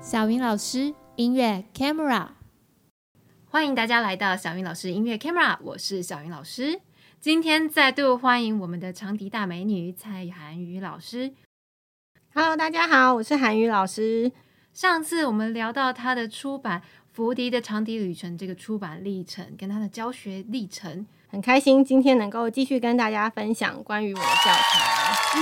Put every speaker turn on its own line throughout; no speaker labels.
小云老师音乐 Camera，
欢迎大家来到小云老师音乐 Camera，我是小云老师。今天再度欢迎我们的长笛大美女蔡涵宇老师。
Hello，大家好，我是韩语老师。
上次我们聊到她的出版《福迪的长笛旅程》这个出版历程，跟她的教学历程。
很开心今天能够继续跟大家分享关于我的教材。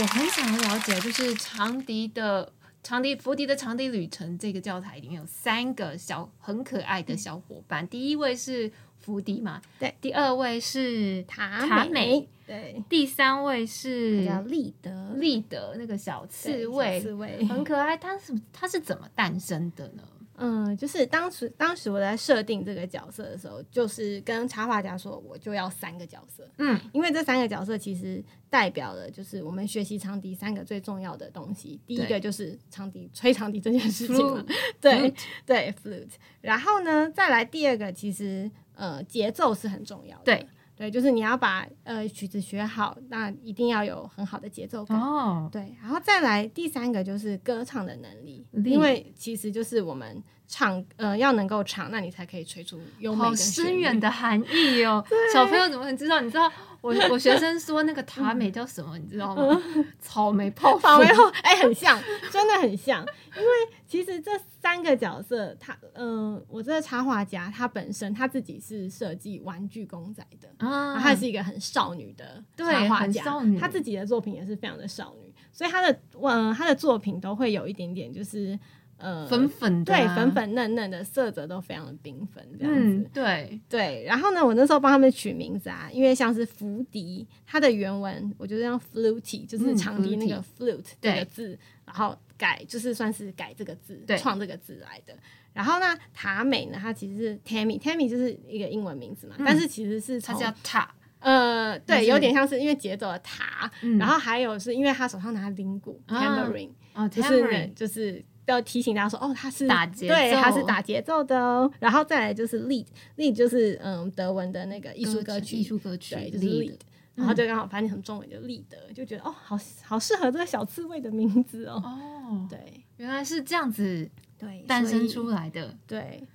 我很想了解，就是长笛的长笛福笛的长笛旅程这个教材里面有三个小很可爱的小伙伴，第一位是福笛嘛，
对，
第二位是
塔
塔
美，对，
第三位是
叫立德，
立德那个小刺
对
猬，嗯
小刺猬。
很可爱。它是它是怎么诞生的呢？
嗯，就是当时当时我在设定这个角色的时候，就是跟插画家说，我就要三个角色，
嗯，
因为这三个角色其实代表了就是我们学习长笛三个最重要的东西。第一
对
个就是长笛吹长笛这件事情嘛
Flute，
对对 flute。然后呢，再来第二个，其实呃节奏是很重要的，
对
对，就是你要把呃曲子学好，那一定要有很好的节奏感。
哦，
对，然后再来第三个就是歌唱的能力，
力
因为其实就是我们唱，呃，要能够唱，那你才可以吹出优美
好
的
深
旋律
远。的含义 哦。小朋友怎么会知道？你知道我 我学生说那个塔美叫什么？你知道吗？
嗯
草莓泡芙
好，然后哎，很像，真的很像。因为其实这三个角色，他，嗯、我这个插画家，他本身他自己是设计玩具公仔的，
啊
然后她是一个很少女的
对
插画
很
家，
少女
她自己的作品也是非常的少女，所以她的嗯、她的作品都会有一点点就是呃
粉粉的啊、
对粉粉嫩嫩的色泽都非常的缤纷这样子。
嗯，对，
对，然后呢，我那时候帮他们取名字啊，因为像是福笛，它的原文我就是用 fluty，就是
嗯
长笛那个 flute 这
对
个字，然后改就是算是改这个字
对，
创这个字来的。然后那塔美呢，它其实是 Tammy，Tammy 就是一个英文名字嘛，
嗯
但是其实是
它
从
叫塔，
呃，
是
对，有点像是因为节奏的塔，
嗯
然后还有是因为他手上拿铃鼓
啊
tambourine，、
哦
就
tamarind
是就是要提醒大家说，哦，他是
打节奏
对，他是打节奏的哦。然后再来就是 lead，lead 就是嗯德文的那个艺术歌曲，
艺术歌曲
对，就是
lead
lead。然后就刚好翻译成中文就立德，就觉得哦，好好适合这个小刺猬的名字哦。
哦，
对
原来是这样子
对，
诞
所
生
以
出来的。
对，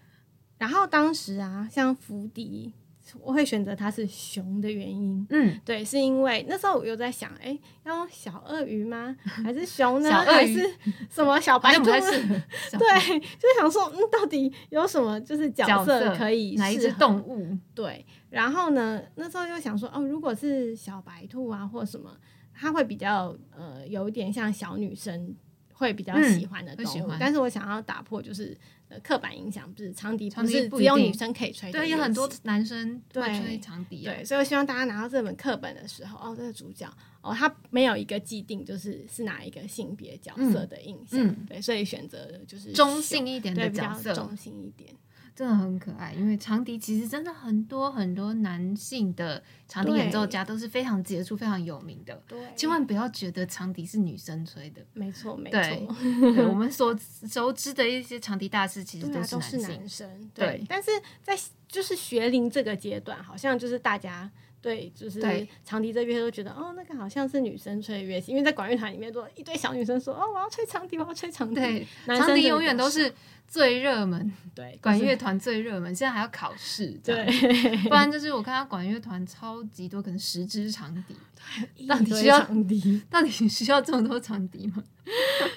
然后当时啊，像福迪，我会选择它是熊的原因，
嗯，
对，是因为那时候我又在想，哎，要用小鳄 鱼吗？还是熊呢？
小鳄
还
鱼
是什么小
好
白
像
兔
不太
呢？
适合 小
对，就想说，嗯，到底有什么就是角
角
色可以
哪一
适
只
合
动物？
对，然后呢，那时候又想说，哦，如果是小白兔啊，或什么，它会比较呃，有一点像小女生会比较喜欢的
嗯会
动
喜
物。
欢
但是我想要打破就是呃刻板印象，就是长笛
长
不
笛
是
不
只
一
有
定
女生可以吹的
对，
乐
有很多
器
男生会
对
吹长笛啊。
对，所以我希望大家拿到这本课本的时候，哦，这个主角哦，他没有一个既定就是是哪一个性别角色的印象，
嗯嗯
对，所以选择就是
中性一点的
对比
角
较
色，
中性一点，
真的很可爱。因为长笛其实真的很多很多男性的长笛
对
演奏家都是非常杰出、非常有名的。
对
千万不要觉得长笛是女生吹 的，
没错没
对
错，
对我们所熟知的一些长笛大师其实
对啊，
是
都是
性。
男生，
对
但是在就是学龄这个阶段，好像就是大家。对，就是
对
长笛这边都觉得哦，那个好像是女生吹的乐器，因为在管乐团里面，都一堆小女生说哦，我要吹长笛，我要吹长笛。
对，
男
长
生
笛
真的
永远
比较
都是最热门，
少对
管
就是
乐团最热门，现在还要考试，这样
对，
不然就是我看到管乐团超级多，可能十支长笛， 到底
一堆
需要
长笛？
到底需要这么多长笛吗？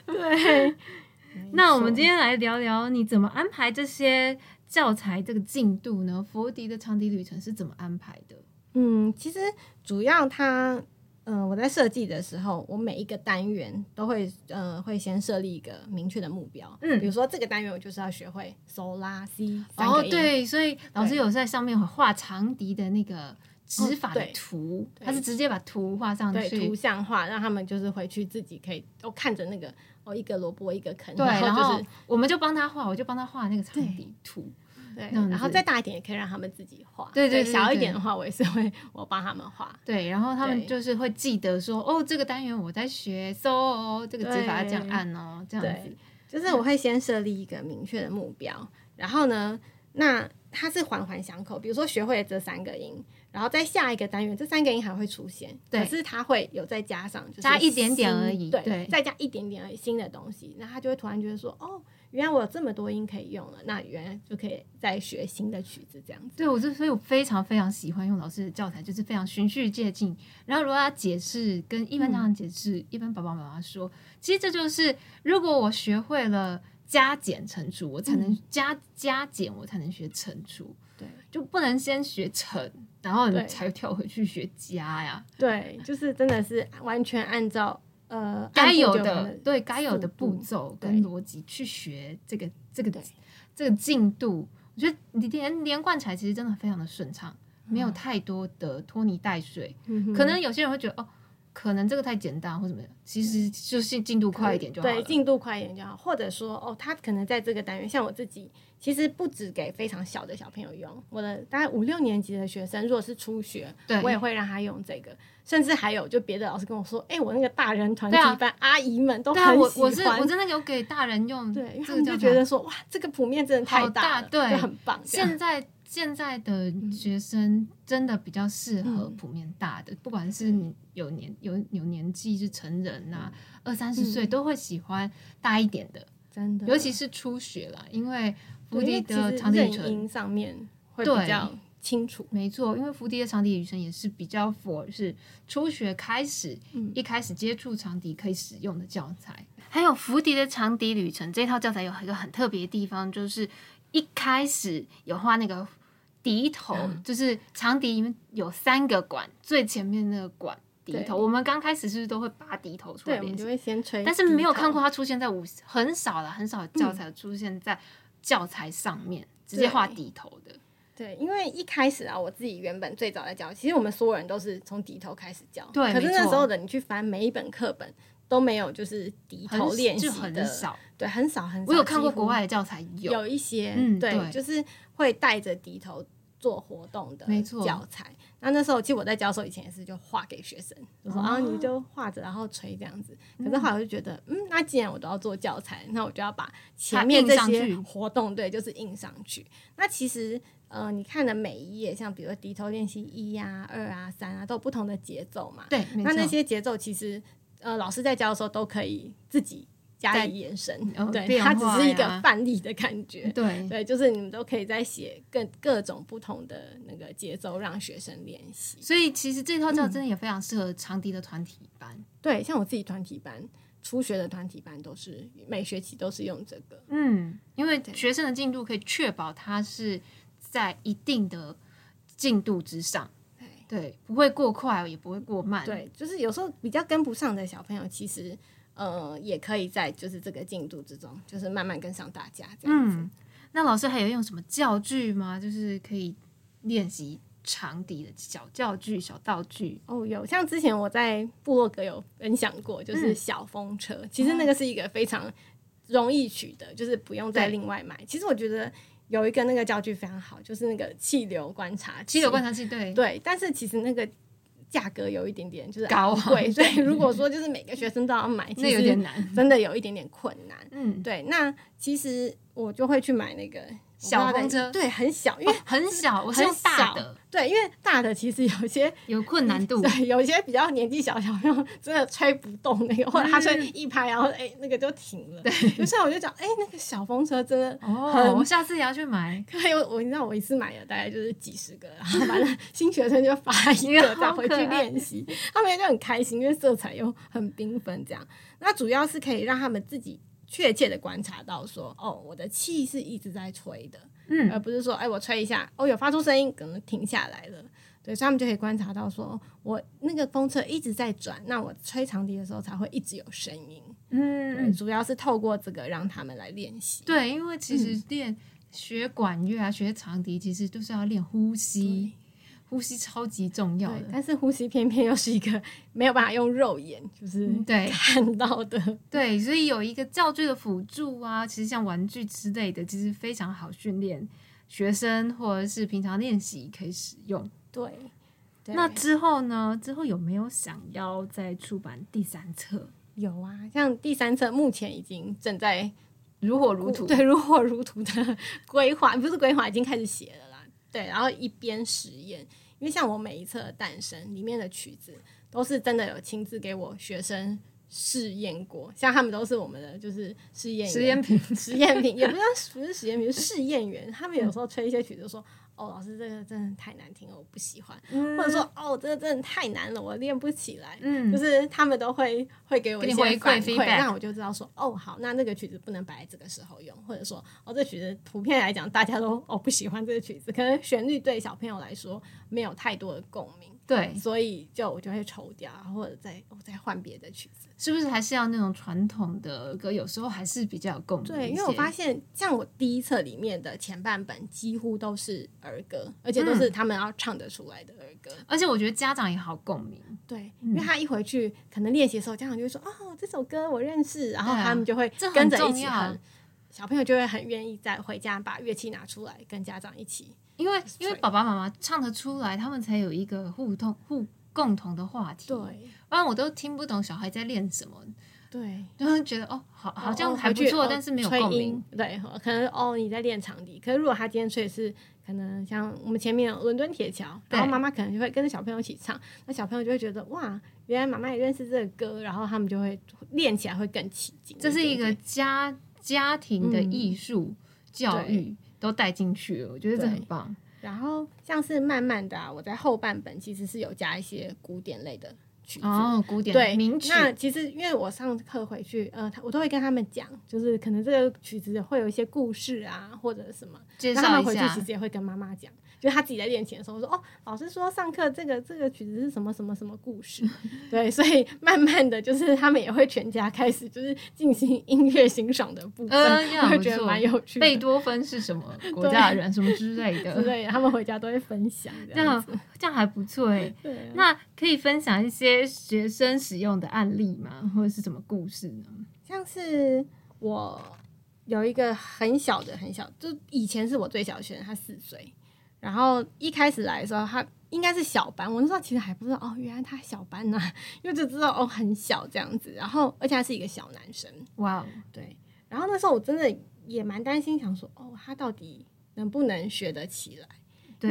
对，
那我们今天来聊聊你怎么安排这些教材这个进度呢？佛迪的长笛旅程是怎么安排的？
嗯，其实主要它，嗯、我在设计的时候，我每一个单元都会，呃，会先设立一个明确的目标。
嗯
比如说这个单元我就是要学会 sol 拉 si 三
哦
个，音。
对，所以老师
对
有在上面画长笛的那个指法
哦
的
对
图，
对
他是直接把图画上
对图
去，
像化，让他们就是回去自己可以都看着那个哦，一个萝卜一个坑，
对，然
后
后
就是
我们就帮他画，我就帮他画那个长笛图，
对，
这样子
然后再大一点也可以让他们自己画，
对对对对
小一
对
点的话我也是会我帮他们画，
对，然后他们
对
就是会记得说，哦，这个单元我在学 so 哦，这个指法要这样
对
按哦，这样子
对，就是我会先设立一个明确的目标，然后呢，那它是环环相扣。比如说学会了这三个音，然后在下一个单元，这三个音还会出现，
对
可是它会有再加上，就是
加一点点而已
新对，
对
再加一点点而已新的东西，那他就会突然觉得说，哦，原来我有这么多音可以用了，那原来就可以再学新的曲子这样子。
对，我就所以我非常非常喜欢用老师的教材，就是非常循序渐进。然后如果要解释，跟一般家长解释，一般爸爸妈妈说，其实这就是如果我学会了加减乘除，我才能加、加减，我才能学乘除，
对
就不能先学乘，然后你
对
才跳回去学加呀。
对，就是真的是完全按照呃
该有
按部就班
的对该有的
速度
步骤
对
跟逻辑去学这个这个
对
这个进度，我觉得连连贯起来其实真的非常的顺畅，没有太多的拖泥带水。
嗯哼
可能有些人会觉得哦，可能这个太简单或怎么样，其实就是进度快一点就好了。
对，进度快一点就好。或者说，哦，他可能在这个单元，像我自己，其实不只给非常小的小朋友用，我的大概五六年级的学生，如果是初学，
对
我也会让他用这个。甚至还有，就别的老师跟我说，哎、我那个大人团体
对啊
班、阿姨们都
对啊，
很
我
喜欢。
我是我真的有给大人用，
对，因为他
这
们
个
就
教
觉
材
得说，哇，这个谱面真的太
好大
了，
对
就很棒。这样
现在现在的学生真的比较适合
嗯
普面大的，不管是你有年有有年纪是成人呐、啊
嗯
二三十岁都会喜欢大一点的，
真的，
尤其是初学啦，因为
对
福
因
迪
为
的
其实
长笛
认
语唇，
音上面会
对
比较清楚。
没错，因为福迪的长笛语唇也是比较 for 是初学开始，
嗯
一开始接触长笛可以使用的教材。还有福迪的长笛旅程这套教材有一个很特别的地方，就是一开始有画那个笛头，就是长笛里面有三个管，最前面那个管笛头，
对
我们刚开始是不是都会拔笛头出
对，
来
我
练
们就
习？
会先吹笛头，
但是没有看过它出现在舞，很少了，很少教材出现在教材上面，直接画笛头的。
对，因为一开始啊，我自己原本最早在教，其实我们所有人都是从底头开始教。
对
可是
没
那
错
时候的你去翻每一本课本都没有，就是底
很
头练习
就
的，
很少，
对，很少很少。
我有看过
几乎
国外的教材有，
有一些，
嗯
对，
对
就是会带着底头做活动的
没错
教材。那那时候其实我在教授以前也是就画给学生，我说
哦
啊你就画着然后吹这样子。可是后来我就觉得，嗯，那既然我都要做教材，那我就要把前面这
把它印上
些
去
活动对，就是印上去。那其实。呃，你看的每一页，像比如说低头练习一啊、二啊、三啊，都有不同的节奏嘛。
对，没
那那
错
些节奏其实，呃，老师在教的时候都可以自己加
再
以延伸，
哦
对，
变
它只是
化
一
呀嗯
个范例的感觉。
对
对，就是你们都可以在写各各种不同的那个节奏，让学生练习。
所以其实这套教
嗯
真的也非常适合长笛的团体班。
对，像我自己团体班，初学的团体班都是每学期都是用这个。
嗯，因为
对
学生的进度可以确保他是在一定的进度之上，
对
对，不会过快，也不会过慢。，
对，就是有时候比较跟不上的小朋友，其实呃也可以在就是这个进度之中，就是慢慢跟上大家这样子。
嗯，那老师还有用什么教具吗？就是可以练习长笛的小教具、小道具。
哦，有像之前我在部落格有分享过，就是
嗯
小风车，其实那个是一个非常容易取得，就是不用再
对
另外买。其实我觉得有一个那个教具非常好，就是那个气流观察器。
其实有观察器，对，
对，但是其实那个价格有一点点就是
高啊
昂贵，所以如果说就是每个学生都要买，
那
其
有 点
实
难。
真的有一点点困难。
嗯，
对，那其实我就会去买那个
小
我不知道
风
在
车
对，很小，因为、
哦很小，我是
很
用大
小
的，
对，因为大的其实有些
有困难度。
对，有一些比较年纪小的小朋友真的吹不动那个，或者他吹
嗯
一拍，然后哎、那个就停了。对，所以我就讲，哎、那个小风车真的。
哦，
很
我下次也要去买。
可以，我你知道我一次买了大概就是几十个，然后完了新学生就发一个再回去练习，他们就很开心，因为色彩又很缤纷这样。那主要是可以让他们自己确切的观察到说，哦，我的气是一直在吹的，
嗯
而不是说，哎，我吹一下，哦，有发出声音，可能停下来了。对，所以他们就可以观察到说，哦我那个风车一直在转，那我吹长笛的时候才会一直有声音。对，
嗯，
主要是透过这个让他们来练习。
对，因为其
嗯
实练学管乐啊、学长笛，其实都是要练呼吸，呼吸超级重要
对，
的。
但是呼吸偏偏又是一个 没有办法用肉眼就是
嗯对
看到的。
对，所以有一个教具的辅助啊，其实像玩具之类的，其实非常好训练学生或者是平常练习可以使用。
对，对
那之后呢？之后有没有想要再出版第三册？
有啊，像第三册目前已经正在
如火如荼。
对，如火 如荼的规划，不是规划，已经开始写了啦。对，然后一边实验，因为像我每一册的诞生里面的曲子，都是真的有亲自给我学生试验过，像他们都是我们的就是试验员
实 验品
实验品，也不叫不是实验品，是试验员。他们有时候吹一些曲子说：“哦，老师这个真的太难听了，我不喜欢。”或者说：“哦，这个真的太难了，我练不起来。”
嗯
就是他们都会会给我
给
一
你
些
回馈
反
feedback
那我就知道说，哦，好，那那个曲子不能摆在这个时候用，或者说，哦，这曲子普遍来讲大家都哦不喜欢这个曲子，可能旋律对小朋友来说没有太多的共鸣，
对，
所以就我就会抽掉，或者再我、再换别的曲子。
是不是还是要那种传统的歌？有时候还是比较有共鸣一些。
对，因为我发现，像我第一册里面的前半本几乎都是儿歌，而
嗯
且都是他们要唱得出来的儿歌。
而且我觉得家长也好共鸣，
对，
嗯
因为他一回去可能练习的时候，家长就会说：“哦，这首歌我认识。”然后
对啊
他们就会
这很
跟着一
重
起
要
哼。小朋友就会很愿意再回家把乐器拿出来跟家长一起。
因为因为
所以
爸爸妈妈唱得出来，他们才有一个互通互共同的话题。，不然我都听不懂小孩在练什么，
对，
就会觉得哦，好好像
哦
还不
回去
错，
哦
但是没有
吹
共鸣
音。。对，可能哦你在练场地，可是如果他今天吹的是可能像我们前面有伦敦铁桥，
对
然后妈妈可能就会跟着小朋友一起唱，那小朋友就会觉得哇，原来妈妈也认识这个歌，然后他们就会练起来会更起劲。
这是一个家家庭的艺术教
嗯
育都带进去了，我觉得这
对
很棒。
然后像是慢慢的、啊，我在后半本其实是有加一些古典类的曲子。
哦，古典
对，
名曲，
那其实因为我上课回去，呃，他我都会跟他们讲，就是可能这个曲子会有一些故事啊，或者什么。
介
那他
绍
们
一
回去
下
其。实也会跟妈妈讲，就是他自己在练琴的时候说：“哦，老师说上课这个这个曲子是什么什么什么故事。”对，所以慢慢的就是他们也会全家开始就是进行音乐欣赏的部分，
呃，这样很
我会
不
觉得
错
蛮有趣
贝
的。
多芬是什么国家的人，什么之类的，
之类的，他们回家都会分享
这
这样
样
子。
这样还不错哎。
对啊
那可以分享一些学生使用的案例吗？或者是什么故事呢？
像是我有一个很小的很小，就以前是我最小的学生，他四岁。然后一开始来的时候，他应该是小班，我那时候其实还不知道哦，原来他小班呐、 因为就知道哦很小这样子。然后而且他是一个小男生，
哇哦，
对。然后那时候我真的也蛮担心，想说哦他到底能不能学得起来？因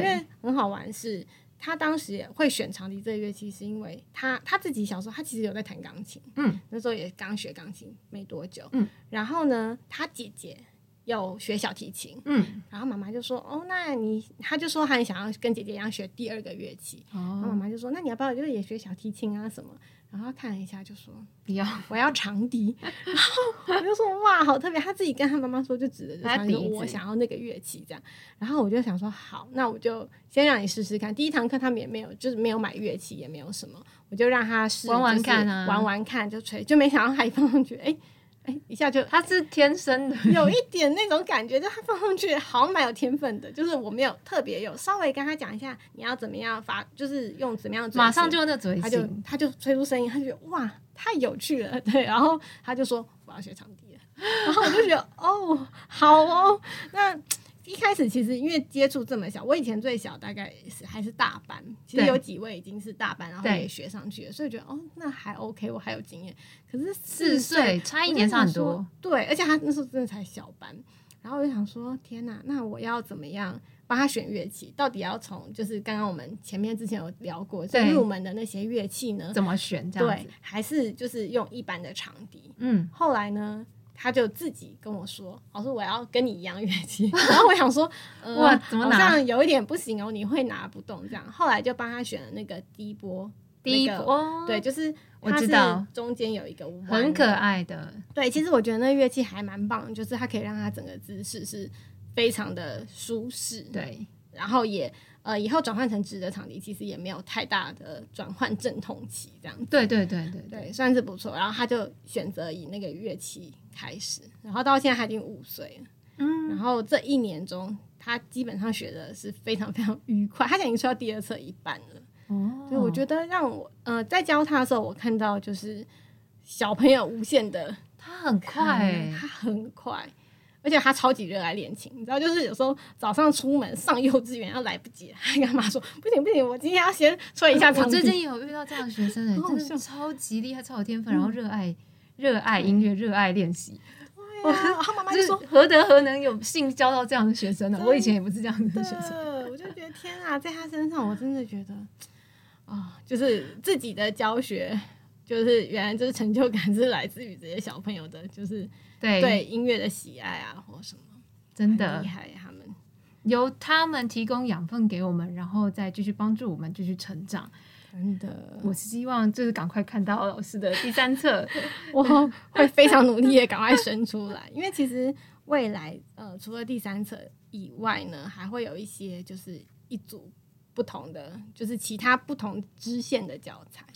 对
为很好玩是。他当时也会选长笛这个乐器，是因为他他自己小时候，他其实有在弹钢琴，
嗯，
那时候也刚学钢琴没多久，
嗯，
然后呢，他姐姐有学小提琴，
嗯，
然后妈妈就说，哦，那你，他就说他很想要跟姐姐一样学第二个乐器，然后妈
哦，
妈就说，那你要不要就是也学小提琴啊什么？然后他看了一下就说，
不要，
我要长笛，然后我就说哇，好特别。他自己跟他妈妈说，就指着这
他
长笛说
笛子
我想要那个乐器这样。然后我就想说好，那我就先让你试试看。第一堂课他们也没有，就是没有买乐器，也没有什么，我就让他试
玩玩看啊
就是玩玩看就吹，就没想到他一放上去，哎哎，一下就。
他是天生的，
有一点那种感觉，就他放上去好像蛮有天分的，就是我没有特别有稍微跟他讲一下你要怎么样发，就是用怎么样的嘴
马上
型
就那嘴
他就
型，
他就吹出声音，他就觉得哇，太有趣了， 对，然后他就说我要学长笛了， 然后我就觉得哦，好哦， 那。一开始其实因为接触这么小，我以前最小大概是还是大班，其实
对
有几位已经是大班，然后
对
也学上去了，所以觉得哦那还 OK，我还有经验。可是
四
四岁
岁差一年差很多，。
对，而且他那时候真的才小班，然后我就想说，天哪，那我要怎么样帮他选乐器？到底要从就是刚刚我们前面之前有聊过，就
对
入门的那些乐器呢？
怎么选这样
对
子？，
还是就是用一般的长笛？
嗯，
后来呢？他就自己跟我说：“老师，我要跟你一样乐器。” 然后我想说：“呃、
哇怎么
好
拿
像有一点不行哦，你会拿不动这样。”后来就帮他选了那个低波，
第一
那个
波
对，就是
哦我
它
知
是
道
中间有一个弯
很可
的
爱的，
对，其实我觉得那乐器还蛮棒的，就是它可以让它整个姿势是非常的舒适，，
对，
然后也呃以后转换成直的场地，其实也没有太大的转换阵痛期，这样子
对对对对
对，
对，
算是不错。然后他就选择以那个乐器开始，然后到现在他已经五岁了，然
嗯，
后这一年中。他基本上学的是非常非常愉快，他现在已经吹到第二册一半了。
哦
所以我觉得让我呃在教他的时候，我看到就是小朋友无限的
他很快欸，
他很快，而且他超级热爱练琴。你知道，就是有时候早上出门上幼稚园要来不及，还跟他妈说不行不行，我今天要先吹一下
我
长
最
笛。
近有遇到这样的学生、欸，
好好
真的
笑
超级厉害，超有天分，然后热爱热爱音乐，热爱练习，
对啊然后妈妈
就
就是说。
何德何能有幸交到这样的学生呢、
真的
我以前也不是这样的
对
学生，，
我就就觉得天啊，在他身上我真的觉得啊、就是自己的教学，就是原来就是成就感是来自于这些小朋友的，就是
对
对音乐的喜爱啊，或什么，
真的
很厉害他们。
由他们提供养分给我们，然后再继续帮助我们继续成长。
真的，
我希望就是赶快看到老师的第三册，
我会非常努力的赶快生出来，因为其实未来呃，除了第三册以外呢，还会有一些就是一组不同的，就是其他不同支线的教材。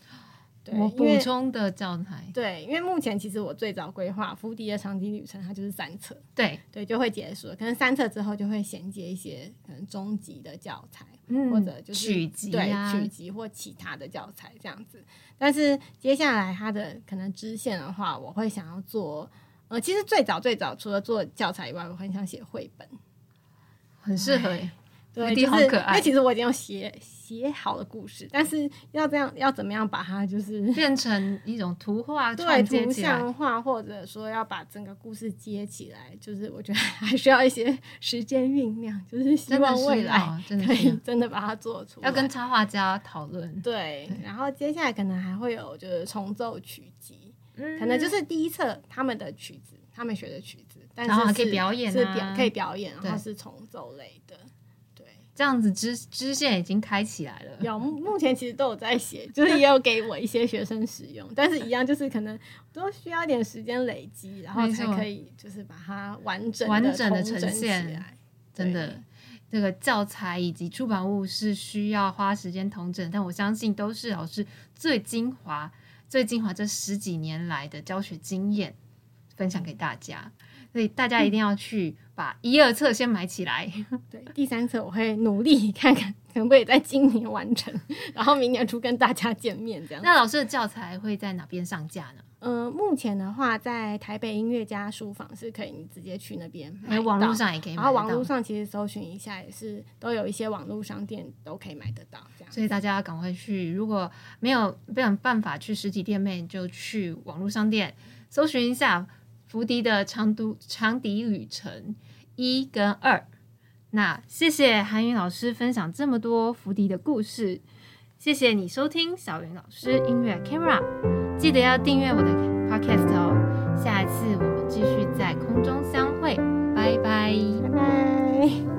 对，
我
因
补
为
充的教材，
对，因为目前其实我最早规划福迪的长期旅程，它就是三册，
对，
对，就会结束了。可能三册之后就会衔接一些可能中级的教材，
嗯
或者就是
曲集
对
啊，
曲集或其他的教材这样子。但是接下来它的可能支线的话，我会想要做。呃，其实最早最早除了做教材以外，我很想写绘本。
很适合耶。
哎对，
一
就
定
是
好可爱
因为其实我已经有写写好的故事，但是要这样要怎么样把它就是
变成一种图画
对
串接
图
起来，
像化，或者说要把整个故事接起来，就是我觉得还需要一些时间酝酿，就是希
真的
望
是
未来
要真的
可
是
以
要
真的把它做出来。
要跟插画家讨论，
对
对，
然后接下来可能还会有就是重奏曲集，可
可
能就是第一册他们的曲子，他们学的曲子，但是
然后还
是
可以表演
是
啊
表可以表演，然后
对
是重奏类的。对，
这样子支支线已经开起来了。
有目目前其实都有在写，就是也有给我一些学生使用，但是一样就是可能都需要一点时间累积，然后
没
才
错
可以就是把它完整地
完整地
统整
呈
起
现
来。
真
对
的，这个教材以及出版物是需要花时间统整，但我相信都是老师最精华、最精华这十几年来的教学经验分享给大家，所以大家一定
嗯
要去把一二册先买起来。
对，第三册我会努力 看看可不可以在今年完成，然后明年初跟大家见面这样子。
那老师的教材会在哪边上架呢？
呃，目前的话，在台北音乐家书房是可以你直接去那边买
哎，网络
到，
上也可以买
然
得
后
到，
网络上其实搜寻一下也是都有一些网络商店都可以买得到这样。
所以大家赶快去，如果没有没有办法去实体店面，就去网络商店搜寻一下福迪的长途长笛旅程一跟二。那谢谢韩云老师分享这么多福迪的故事，谢谢你收听小云老师音乐 Camera，记得要订阅我的 Podcast 哦。下一次我们继续在空中相会，拜拜。
拜拜。